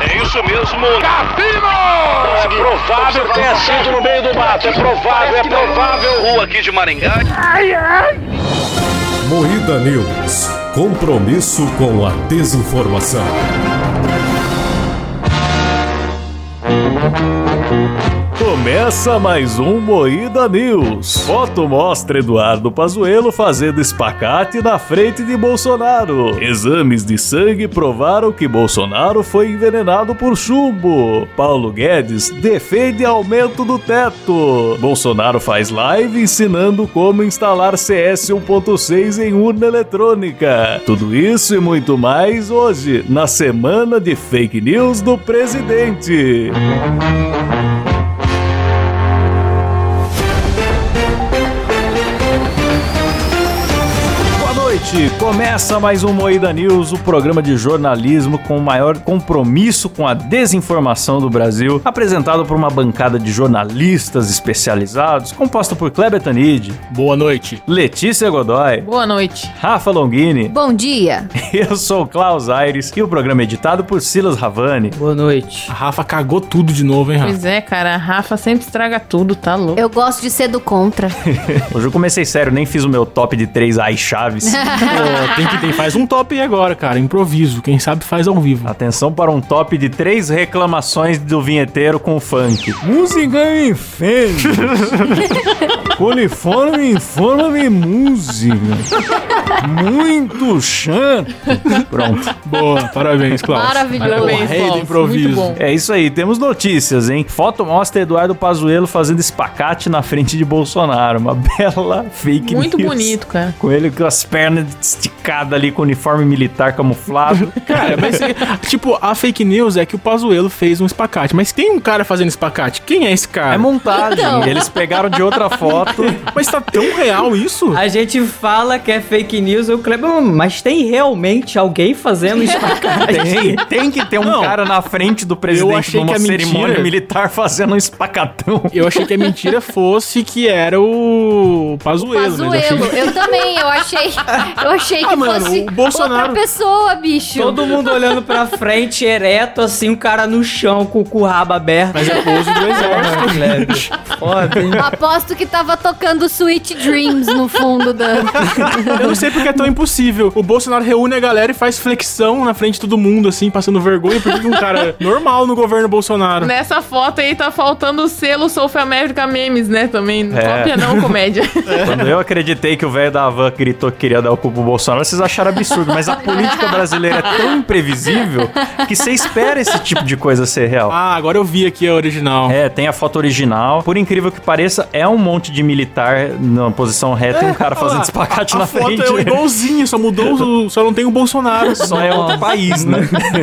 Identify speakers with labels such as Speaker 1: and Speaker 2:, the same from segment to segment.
Speaker 1: É isso mesmo.
Speaker 2: Cassino!
Speaker 1: É provável que tenha sido no meio do mato. É provável, é provável. Rua aqui de Maringá.
Speaker 3: Moída News. Compromisso com a desinformação.
Speaker 4: Começa mais um Moída News. Foto mostra Eduardo Pazuello fazendo espacate na frente de Bolsonaro. Exames de sangue provaram que Bolsonaro foi envenenado por chumbo. Paulo Guedes defende aumento do teto. Bolsonaro faz live ensinando como instalar CS 1.6 em urna eletrônica. Tudo isso e muito mais hoje, na semana de fake news do presidente. noite. Começa mais um Moída News, o programa de jornalismo com o maior compromisso com a desinformação do Brasil, apresentado por uma bancada de jornalistas especializados, composta por Kleber Tanid,
Speaker 5: Boa noite.
Speaker 4: Letícia Godoy,
Speaker 6: Boa noite.
Speaker 4: Rafa Longini,
Speaker 6: Bom dia.
Speaker 4: eu sou o Klaus Aires e o programa é editado por Silas Ravani.
Speaker 7: Boa noite.
Speaker 5: A Rafa cagou tudo de novo, hein, Rafa?
Speaker 6: Pois é, cara, a Rafa sempre estraga tudo, tá louco.
Speaker 8: Eu gosto de ser do contra.
Speaker 4: Hoje eu comecei sério, nem fiz o meu top de três ai chaves.
Speaker 5: Pô, tem que ter. Faz um top aí agora, cara. Improviso. Quem sabe faz ao vivo.
Speaker 4: Atenção para um top de três reclamações do vinheteiro com funk.
Speaker 2: Música é um me ofende. Polifônio me informa de música. Muito chato.
Speaker 4: Pronto.
Speaker 5: Boa. Parabéns, Klaus.
Speaker 6: Maravilhoso.
Speaker 5: Parabéns, é Rei do
Speaker 6: Klaus.
Speaker 5: improviso.
Speaker 6: Muito bom.
Speaker 4: É isso aí, temos notícias, hein? Foto mostra Eduardo Pazuello fazendo espacate na frente de Bolsonaro. Uma bela
Speaker 5: É
Speaker 4: fake
Speaker 6: Muito
Speaker 4: news.
Speaker 6: bonito, cara.
Speaker 4: Com ele com as pernas esticadas ali, com o uniforme militar camuflado.
Speaker 5: Cara, mas tipo, a fake news é que o Pazuello fez um espacate, mas tem um cara fazendo espacate. Quem é esse cara?
Speaker 4: É montagem.
Speaker 6: Então.
Speaker 4: Eles pegaram de outra foto.
Speaker 5: mas tá tão real isso?
Speaker 7: A gente fala que é fake news, o Kleber, mas tem realmente alguém fazendo espacate?
Speaker 4: Tem, tem que ter um
Speaker 5: Não.
Speaker 4: cara na frente do
Speaker 5: Eu
Speaker 4: presidente
Speaker 5: achei
Speaker 4: numa
Speaker 5: que a mentira-
Speaker 4: cerimônia militar fazendo um espacatão.
Speaker 5: Eu achei que a mentira fosse que era o Pazuello, mas achei
Speaker 8: Pazuelo, eu também, eu achei. Eu achei
Speaker 5: né? Ah,
Speaker 8: que
Speaker 5: mano,
Speaker 8: fosse
Speaker 5: o Bolsonaro-
Speaker 8: outra pessoa, bicho.
Speaker 7: Todo mundo olhando pra frente, ereto, assim, o cara no chão, com o cu rabo aberto.
Speaker 5: Mas é pouso do
Speaker 7: Ah,
Speaker 5: exército.
Speaker 7: Kleber. Foda, hein?
Speaker 8: Aposto que tava tocando Sweet Dreams no fundo da.
Speaker 5: Eu não sei porque é tão impossível. O Bolsonaro reúne a galera e faz flexão na frente de todo mundo, assim, passando vergonha. Por que que um cara normal no governo Bolsonaro?
Speaker 6: Nessa foto aí tá faltando o selo South America Memes, né? Também. Não
Speaker 4: É.
Speaker 6: Cópia não, comédia.
Speaker 4: Quando eu acreditei que o velho da Havan gritou que queria dar o cu pro Bolsonaro, vocês acharam absurdo. Mas a política brasileira é tão imprevisível que você espera esse tipo de coisa ser real.
Speaker 5: Ah, agora eu vi aqui a original.
Speaker 4: É, tem a foto original. Por incrível que pareça, é um monte de militar na posição reta e um cara fazendo espacate
Speaker 5: É, a,
Speaker 4: na
Speaker 5: a foto
Speaker 4: frente. né?
Speaker 5: é igualzinha, só mudou, o- só não tem o Bolsonaro.
Speaker 4: Só é outro país, né?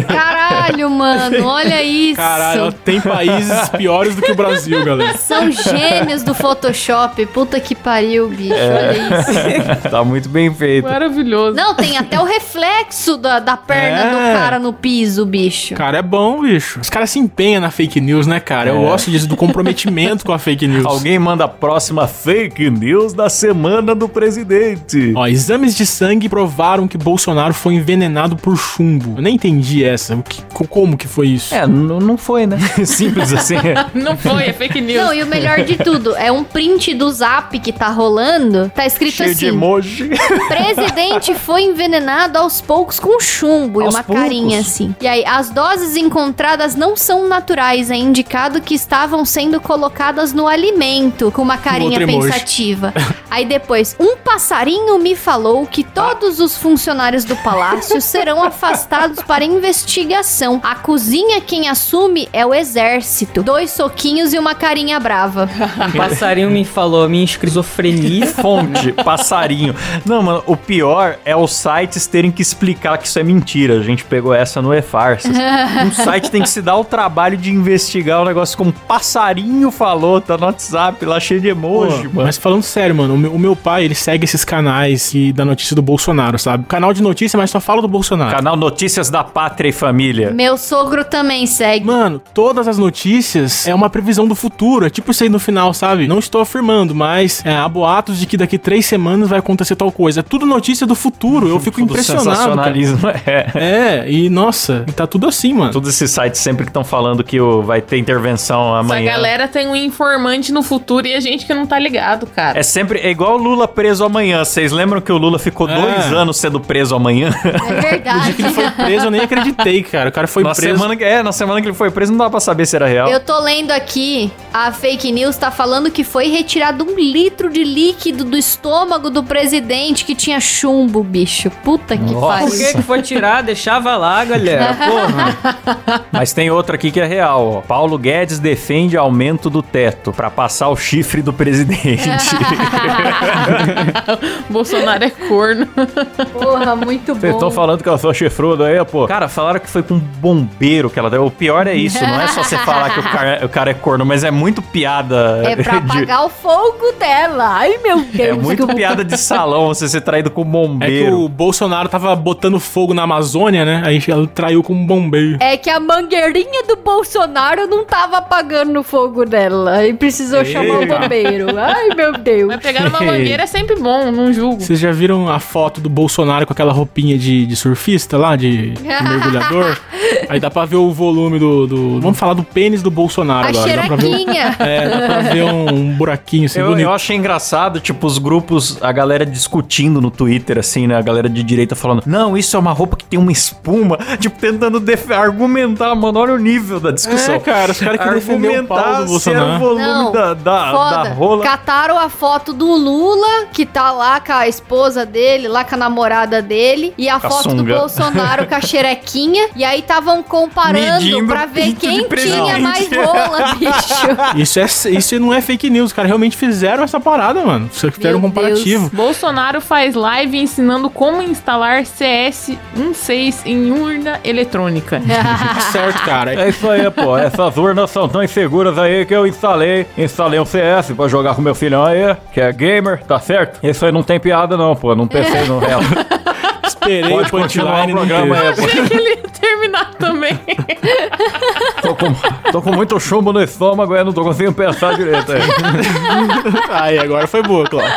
Speaker 8: Caralho, mano, olha isso.
Speaker 5: Caralho, tem países piores do que o Brasil, galera.
Speaker 8: São gênios do Photoshop. Puta que pariu, bicho.
Speaker 5: É.
Speaker 8: Olha isso.
Speaker 4: tá muito bem feito.
Speaker 6: Maravilhoso.
Speaker 8: Não, tem até o reflexo da, da perna
Speaker 5: É.
Speaker 8: do cara no piso, bicho.
Speaker 5: Cara, é bom, bicho. Os caras se empenham na fake news, né, cara? Eu gosto disso, do comprometimento com a fake news.
Speaker 4: É. Alguém manda a próxima fake news da semana do presidente.
Speaker 5: Ó, exames de sangue provaram que Bolsonaro foi envenenado por chumbo. Eu nem entendi essa. O que- co- como que foi isso?
Speaker 4: É, n- não foi, né? Simples assim.
Speaker 6: Não foi, é fake news.
Speaker 8: Não, e o melhor de tudo, é um print do zap que tá rolando. Tá escrito
Speaker 4: Cheio de
Speaker 8: assim:
Speaker 4: emoji.
Speaker 8: Presidente foi envenenado aos poucos com chumbo
Speaker 4: Aos
Speaker 8: e uma
Speaker 4: poucos?
Speaker 8: carinha assim. E aí, as doses encontradas não são naturais, é indicado que estavam sendo colocadas no alimento, com uma carinha
Speaker 5: outro emoji.
Speaker 8: pensativa. aí depois, um passarinho me falou que todos os funcionários do palácio serão afastados para investigação. A cozinha quem assume é o exército. Dois soquinhos e uma carinha brava.
Speaker 7: Um passarinho me falou, minha esquizofrenia.
Speaker 4: Fonte, passarinho. Não, mano, o pior é os sites terem que explicar que isso é mentira. A gente pegou essa no E-Farsas. Um site tem que se dar o trabalho de investigar o negócio como um passarinho falou, tá no WhatsApp lá cheio de emoji, mano.
Speaker 5: Mas falando sério, mano, o meu, o meu pai, ele segue esses canais que dá notícia do Bolsonaro, sabe? Canal de notícia, mas só fala do Bolsonaro.
Speaker 4: Canal Notícias da Pátria e Família.
Speaker 8: Meu sogro também segue.
Speaker 5: Mano, todas as notícias é uma previsão do futuro. É tipo isso aí no final, sabe? Não estou afirmando, mas é, há boatos de que daqui três semanas vai acontecer tal coisa. É tudo notícia do futuro. Eu fico
Speaker 4: Tudo
Speaker 5: impressionado. cara.
Speaker 4: sensacionalismo, é.
Speaker 5: É, e nossa, tá tudo assim, mano.
Speaker 4: Todos esses sites sempre que estão falando que o- vai ter intervenção
Speaker 6: Essa
Speaker 4: amanhã.
Speaker 6: galera tem um informante no futuro e a gente que não tá ligado, cara.
Speaker 4: É sempre é igual o Lula preso amanhã. Vocês lembram que o Lula ficou
Speaker 5: É.
Speaker 4: dois anos sendo preso amanhã?
Speaker 8: É
Speaker 5: O dia que
Speaker 8: verdade.
Speaker 5: ele foi preso, eu nem acreditei, cara. O cara foi
Speaker 4: na
Speaker 5: preso.
Speaker 4: semana que é, na semana que ele foi preso não dava pra saber se era real.
Speaker 8: Eu tô lendo aqui, a fake news tá falando que foi retirado um litro de líquido do estômago do presidente que tinha chumbo, bicho. Puta que
Speaker 4: Nossa.
Speaker 8: pariu.
Speaker 7: Por que, que foi tirar? Deixava lá, galera. Porra.
Speaker 4: Mas tem outra aqui que é real, ó. Paulo Guedes defende aumento do teto pra passar o chifre do presidente.
Speaker 6: Bolsonaro é corno.
Speaker 8: Porra, muito
Speaker 4: Vocês estão
Speaker 8: bom.
Speaker 4: falando que eu sou chifrudo aí, pô. Cara, falaram que foi com um bombeiro que ela deu. O pior é isso, não é só você falar que o cara, o cara é corno, mas é muito piada.
Speaker 8: É pra
Speaker 4: de-
Speaker 8: apagar o fogo dela. Ai, meu Deus.
Speaker 4: É muito piada de salão você ser traído com
Speaker 5: É que
Speaker 4: bombeiro.
Speaker 5: o Bolsonaro tava botando fogo na Amazônia, né? Aí ela traiu com um bombeiro.
Speaker 8: É que a mangueirinha do Bolsonaro não tava apagando o fogo dela. E precisou chamar o bombeiro. Ai, meu Deus.
Speaker 6: Mas pegar uma mangueira é sempre bom, não julgo.
Speaker 5: Vocês já viram a foto do Bolsonaro com aquela roupinha de, de surfista lá, de, de mergulhador? Aí dá pra ver o volume do, do- Vamos falar do pênis do Bolsonaro
Speaker 8: A
Speaker 5: agora. Dá pra ver, um-
Speaker 8: xerequinha.
Speaker 5: é, dá pra ver um, um buraquinho assim
Speaker 4: Eu,
Speaker 5: bonito.
Speaker 4: eu achei engraçado, tipo, os grupos, a galera discutindo no Twitter, assim, né? A galera de direita falando, não, isso é uma roupa que tem uma espuma. Tipo, tentando def- argumentar, mano, olha o nível da discussão.
Speaker 5: É, cara, é os caras que defendeu o pau do
Speaker 4: se era o
Speaker 5: Bolsonaro.
Speaker 4: volume da, da,
Speaker 8: foda.
Speaker 4: da Ah, rola.
Speaker 8: Cataram a foto do Lula, que tá lá com a esposa dele, lá com a namorada dele, e a
Speaker 4: Com a
Speaker 8: foto do
Speaker 4: sunga.
Speaker 8: Bolsonaro com a xerequinha, e aí estavam comparando
Speaker 4: Medindo
Speaker 8: pra
Speaker 4: o
Speaker 8: ver
Speaker 4: pinto
Speaker 8: quem
Speaker 4: de
Speaker 8: tinha
Speaker 4: presidente.
Speaker 8: mais rola, bicho.
Speaker 5: Isso, é, isso não é fake news, cara. Realmente fizeram essa parada, mano. Vocês fizeram um
Speaker 8: Meu
Speaker 5: comparativo.
Speaker 6: Bolsonaro faz live ensinando como instalar CS16 em urna eletrônica.
Speaker 5: Tá certo, cara.
Speaker 4: É isso aí, pô. Essas urnas são tão inseguras aí que eu instalei. Instalei um CS pra jogar com meu filhão aí, que é gamer, tá certo? Isso aí não tem piada, não, pô. Não pensei no real.
Speaker 5: Esperei o
Speaker 4: Pode continuar
Speaker 5: punchline
Speaker 4: o
Speaker 5: não
Speaker 4: programa
Speaker 5: teve.
Speaker 4: aí, pô.
Speaker 6: Achei que ele ia terminar também.
Speaker 4: Tô com, tô com muito chumbo no estômago, eu não tô conseguindo pensar direito aí.
Speaker 5: Aí, agora foi boa, Cláudio.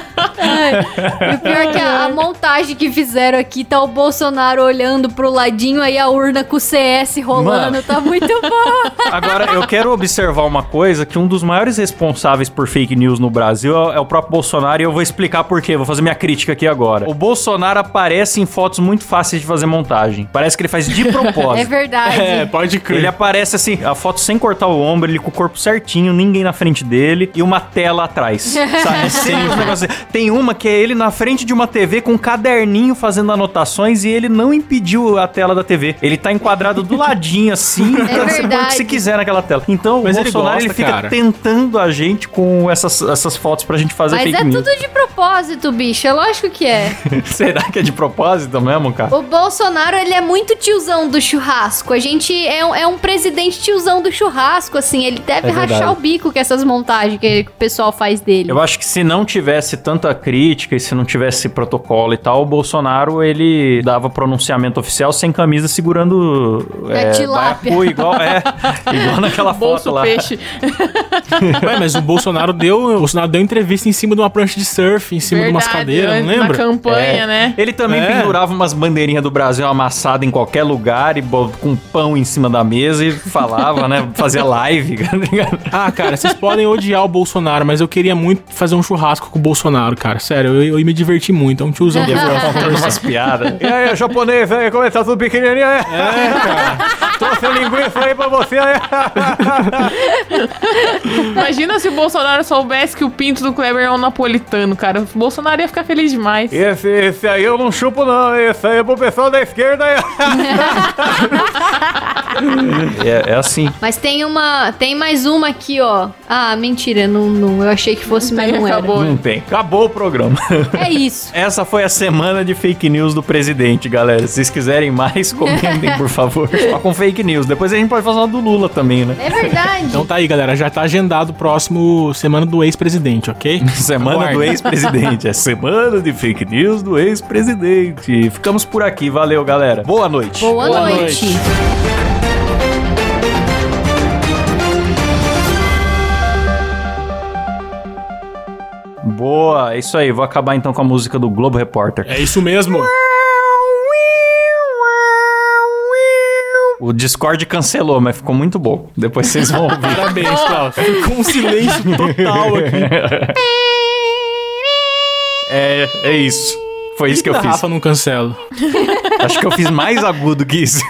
Speaker 8: E o pior é que a, a montagem que fizeram aqui tá o Bolsonaro olhando pro ladinho, aí a urna com o CS rolando.
Speaker 4: Mano.
Speaker 8: Tá muito bom.
Speaker 4: Agora, eu quero observar uma coisa, que um dos maiores responsáveis por fake news no Brasil é, é o próprio Bolsonaro, e eu vou explicar por quê, vou fazer minha crítica aqui agora. O Bolsonaro aparece em fotos muito fáceis de fazer montagem. Parece que ele faz de
Speaker 8: É
Speaker 4: propósito.
Speaker 8: verdade.
Speaker 5: É, pode crer.
Speaker 4: Ele aparece assim, a foto sem cortar o ombro, ele com o corpo certinho, ninguém na frente dele e uma tela atrás. Sabe? Sem os negócios. Tem uma que é ele na frente de uma TV com um caderninho fazendo anotações e ele não impediu a tela da TV. Ele tá enquadrado do ladinho assim, pra você pôr o que
Speaker 8: É verdade.
Speaker 4: você quiser naquela tela. Então
Speaker 5: Mas
Speaker 4: o
Speaker 5: ele
Speaker 4: Bolsonaro ele,
Speaker 5: gosta,
Speaker 4: fica
Speaker 5: cara.
Speaker 4: tentando a gente com essas, essas fotos pra gente fazer
Speaker 8: Mas
Speaker 4: fake
Speaker 8: é
Speaker 4: news.
Speaker 8: tudo de propósito, bicho. É lógico que é.
Speaker 4: Será que é de propósito mesmo, cara?
Speaker 8: O Bolsonaro, ele é muito tiozão do churrasco. A gente é, um- é um presidente tiozão do churrasco, assim. Ele deve
Speaker 4: É verdade.
Speaker 8: rachar o bico com essas montagens que o pessoal faz dele.
Speaker 4: Eu acho que se não tivesse tanta crítica e se não tivesse protocolo e tal, o Bolsonaro ele dava pronunciamento oficial sem camisa segurando
Speaker 8: É, tilápia.
Speaker 4: baiacu, igual é, igual naquela
Speaker 6: Bolso
Speaker 4: foto lá.
Speaker 6: peixe.
Speaker 5: Ué, mas o Bolsonaro deu, o Bolsonaro deu entrevista em cima de uma prancha de surf, em cima de umas cadeiras, não
Speaker 6: antes da
Speaker 5: lembra?
Speaker 6: campanha,
Speaker 4: É.
Speaker 6: né?
Speaker 4: Ele também
Speaker 5: É.
Speaker 4: pendurava umas bandeirinhas do Brasil amassadas em qualquer lugar e bo- com pão em cima da mesa e falava, né? Fazia live. tá ligado?
Speaker 5: Ah, cara, vocês podem odiar o Bolsonaro, mas eu queria muito fazer um churrasco com o Bolsonaro, cara. Sério, eu, eu ia me diverti muito. É um tiozão que eu vou
Speaker 4: Contando
Speaker 5: conversar.
Speaker 4: umas piadas. E aí, japonês, aí, como é que tá tudo pequenininho? É, Trouxe a linguiça aí pra você. é? Aí.
Speaker 6: Imagina se o Bolsonaro soubesse que o pinto do Kleber é um napolitano, cara. O Bolsonaro ia ficar feliz demais.
Speaker 4: Esse, esse aí É, eu não chupo, não. Esse aí é pro pessoal da esquerda. aí. É, é assim.
Speaker 8: Mas tem uma. Tem mais uma aqui, ó. Ah, mentira, não, não. Eu achei que fosse, mas não era.
Speaker 6: acabou.
Speaker 4: Não tem. Acabou o programa.
Speaker 8: É isso.
Speaker 4: Essa foi a semana de fake news do presidente, galera. Se vocês quiserem mais, comentem, por favor. Só com fake news. Depois a gente pode falar do Lula também, né?
Speaker 8: É verdade.
Speaker 5: Então tá aí, galera. Já tá agendado o próximo Semana do Ex-Presidente, ok?
Speaker 4: Semana do
Speaker 5: Aguardem.
Speaker 4: ex-presidente. É semana de fake news do ex-presidente. Ficamos por aqui. Valeu, galera. Boa noite.
Speaker 8: Boa,
Speaker 5: Boa
Speaker 8: noite.
Speaker 5: noite.
Speaker 4: Boa. É isso aí. Vou acabar então com a música do Globo Repórter.
Speaker 5: É isso mesmo.
Speaker 4: O Discord cancelou, mas ficou muito bom. Depois vocês vão ouvir.
Speaker 5: Parabéns, Klaus. Ficou um silêncio total aqui.
Speaker 4: É, é isso. Foi isso que eu fiz.
Speaker 5: Rafa não cancela.
Speaker 4: Acho que eu fiz mais agudo que isso.